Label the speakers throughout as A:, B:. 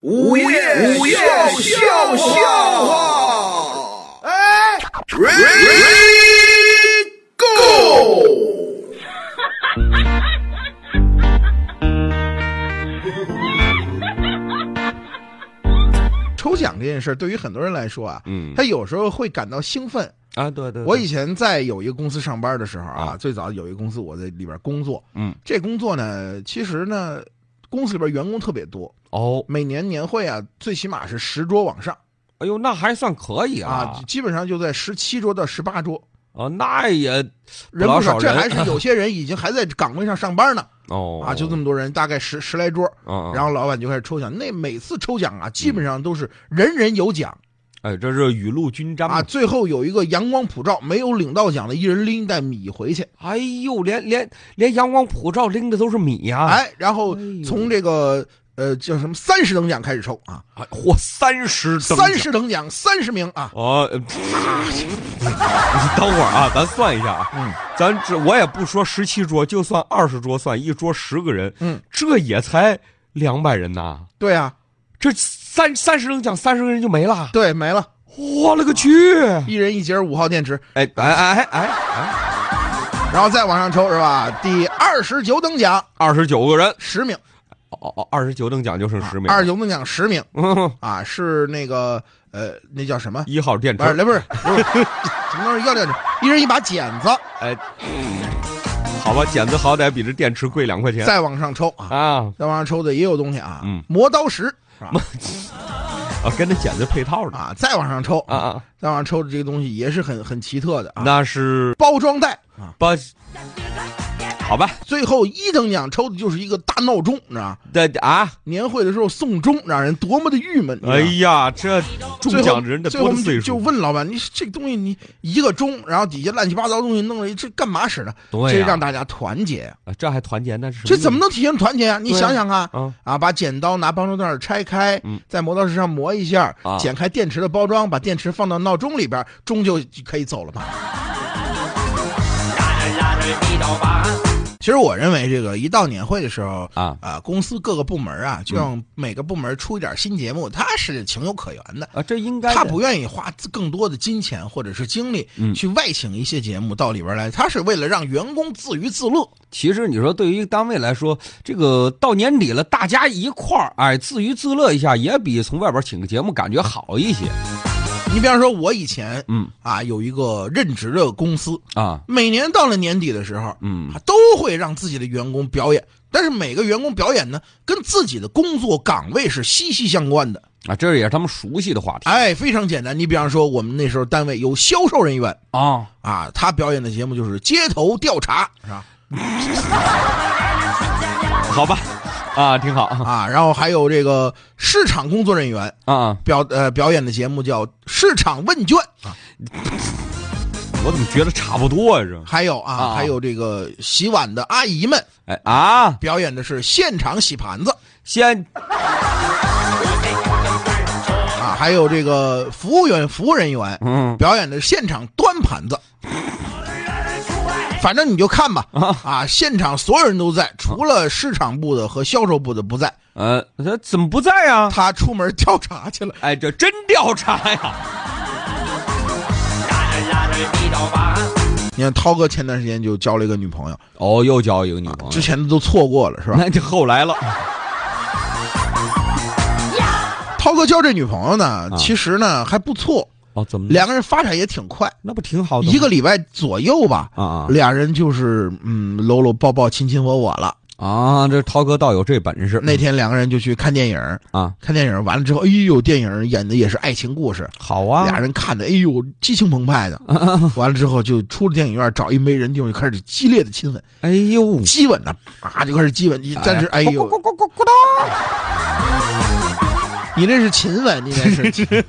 A: 午夜午夜笑笑话，哎，Ready Go！
B: 抽奖这件事儿对于很多人来说啊，
C: 嗯
B: 他有时候会感到兴奋。
C: 啊，对对，
B: 我
C: 对
B: 以前在有一个公司上班的时候啊，
C: 啊
B: 最早有一个公司我在里边工作，
C: 嗯
B: 这工作呢，其实呢，公司里边员工特别多，
C: 哦，
B: 每年年会啊，最起码是十桌往上
C: 哎呦，那还算可以
B: 啊
C: 啊，，
B: 基本上就在十七桌到十八桌，
C: 啊，那也
B: 人
C: 老
B: 不
C: 少
B: 少，这
C: 人
B: 还是有些人已经还在岗位上上班呢
C: 哦嗯
B: 啊，就这么多人，大概十十来桌，
C: 么
B: 然后老板就开始抽奖，那每次抽奖啊，基本上都是人人有奖。
C: 哎，这是雨露均沾
B: 啊，
C: 嘛，
B: 最后有一个阳光普照，没有领到奖的，一人拎一袋米回去。
C: 哎呦，连连连阳光普照拎的都是米呀，
B: 哎，然后
C: 哎呦
B: 从这个呃叫什么三十等奖开始抽啊，
C: 哎，嚯，三十等
B: 三
C: 奖
B: 十等奖三十名啊，
C: 哦，呃你等会儿啊，咱算一下啊，
B: 嗯，
C: 咱只我也不说十七桌，就算二十桌算，一桌十个人，
B: 嗯，
C: 这也才两百人呐，
B: 对啊，
C: 这三三十等奖三十个人就没了，
B: 对，没了，
C: 我勒个去！
B: 一人一节五号电池，
C: 哎哎哎哎哎，
B: 然后再往上抽是吧？第二十九等奖
C: 二十九个人，
B: 十名，
C: 哦哦，二十九等奖就剩十名，
B: 二十九等奖十名
C: 嗯
B: 啊，是那个呃那叫什么？
C: 一号电
B: 不是，
C: 池，
B: 那不是，不是什么东西要电池？一人一把剪子，
C: 哎，好吧，剪子好歹比这电池贵两块钱
B: 再往上抽啊，
C: 啊，
B: 再往上抽的也有东西啊，
C: 嗯
B: 磨刀石是吧？
C: 啊，跟这剪子配套的
B: 啊，再往上抽
C: 啊啊，
B: 再往上抽的这个东西也是很很奇特的啊，
C: 那是
B: 包装袋啊。
C: 把，好吧，
B: 最后一等奖抽的就是一个大闹钟，你知道吗？
C: 这啊，
B: 年会的时候送钟，让人多么的郁闷。你知道吗
C: 哎呀，这中
B: 最后
C: 奖的人得
B: 最后
C: 多
B: 我
C: 大
B: 们
C: 岁
B: 就就
C: 数，
B: 问老板，你这个东西你一个钟，然后底下乱七八糟东西弄了，这干嘛使的？这
C: 对
B: 让
C: 呀，
B: 大家团结呀，
C: 啊这还团结那是什
B: 这怎么
C: 意
B: 能体现团结啊？你
C: 对啊
B: 想想啊。
C: 思啊？
B: 啊，把剪刀拿包装袋拆开，
C: 嗯
B: 在磨刀石上磨一下，
C: 啊
B: 剪开电池的包装，把电池放到闹钟里边，钟就可以走了吧？其实我认为，这个一到年会的时候
C: 啊
B: 啊，公司各个部门啊，
C: 嗯
B: 就让每个部门出一点新节目，他是情有可原的。
C: 啊，这应该
B: 他
C: 的
B: 不愿意花更多的金钱或者是精力
C: 嗯
B: 去外请一些节目到里边来，他是为了让员工自娱自乐。
C: 其实你说，对于一个单位来说，这个到年底了，大家一块儿哎自娱自乐一下，也比从外边请个节目感觉好一些。
B: 你比方说，我以前
C: 嗯
B: 啊有一个任职的公司，
C: 啊，
B: 每年到了年底的时候，啊
C: 嗯
B: 他都会让自己的员工表演，但是每个员工表演呢，跟自己的工作岗位是息息相关的。
C: 啊，这也是他们熟悉的话题
B: 哎，非常简单。你比方说，我们那时候单位有销售人员
C: 啊。
B: 啊，他表演的节目就是街头调查，是吧？
C: 好吧，啊，挺好啊
B: 啊，然后还有这个市场工作人员
C: 啊！
B: 表呃表演的节目叫市场问卷啊，
C: 我怎么觉得差不多呀、这
B: 还有啊，
C: 啊
B: 还有这个洗碗的阿姨们
C: 哎啊，
B: 表演的是现场洗盘子
C: 先
B: 啊，还有这个服务员服务人员
C: 嗯
B: 表演的现场端盘子。反正你就看吧，啊，现场所有人都在，除了市场部的和销售部的不在，
C: 呃，他怎么不在啊呀、
B: 他出门调查去了。
C: 哎，这真调查呀！
B: 你看涛哥前段时间就交了一个女朋友，
C: 哦，又交一个女朋友，
B: 之前的都错过了是吧？
C: 那就后来了
B: 涛哥交这女朋友呢，
C: 啊
B: 其实呢还不错，
C: 哦，怎么
B: 两个人发展也挺快，
C: 那不挺好的吗？
B: 一个礼拜左右吧，
C: 啊啊
B: 俩人就是嗯搂搂抱抱亲亲我我了。
C: 啊！这涛哥倒有这本事
B: 那天两个人就去看电影，
C: 啊，
B: 看电影完了之后，哎呦，电影演的也是爱情故事，
C: 好啊，
B: 俩人看的哎呦激情澎湃的。完了之后就出了电影院，找一没人地方就开始激烈的亲吻，
C: 哎呦，
B: 激吻呢啊就开始激吻，你但是哎呦，
C: 咕咕咕咕咕咚！
B: 你那是亲吻，你 那是。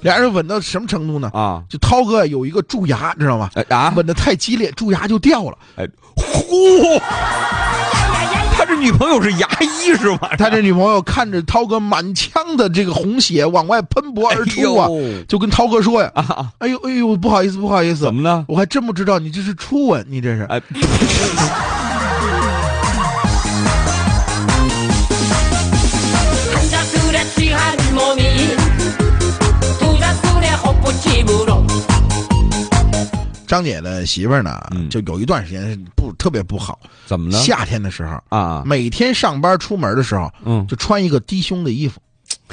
B: 俩人吻到什么程度呢？
C: 啊，
B: 就涛哥有一个蛀牙，知道吗？
C: 哎啊，
B: 吻的太激烈，蛀牙就掉了。
C: 哎，呼！他这女朋友是牙医是吧？
B: 他这女朋友看着涛哥满腔的这个红血往外喷薄而出啊
C: 哎，呦
B: 就跟涛哥说呀
C: 啊，：“
B: 哎呦哎呦，不好意思不好意思
C: 怎，么 了？
B: 我还真不知道你这是初吻，你这是。
C: 哎，
D: 한잔 들어
B: 张姐的媳妇儿呢
C: 嗯，
B: 就有一段时间不特别不好，
C: 怎么了？
B: 夏天的时候，
C: 啊，
B: 每天上班出门的时候
C: 嗯，
B: 就穿一个低胸的衣服。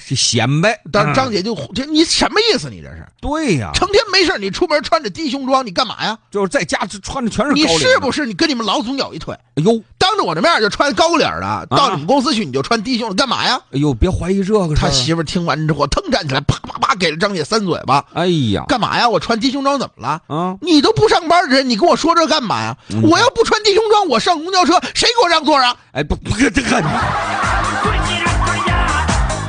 C: 是显摆。嗯
B: 但是张姐就这你什么意思？你这是
C: 对呀，
B: 成天没事儿你出门穿着低胸装，你干嘛呀？
C: 就是在家就穿的 全是高
B: 你
C: 领的。
B: 是不是你跟你们老总有一腿？
C: 哎呦
B: 当着我的面儿就穿高领儿
C: 啊
B: 的，到你们公司去你就穿低胸的，干嘛呀？
C: 哎呦，别怀疑这个事儿
B: 他媳妇儿听完之后，腾站起来，啪啪啪给了张姐三嘴巴。
C: 哎呀
B: 干嘛呀？我穿低胸装怎么了？
C: 啊，
B: 你都不上班的人，你跟我说这干嘛呀？我要不穿低胸装，我上公交车谁给我让座啊？
C: 哎不不这个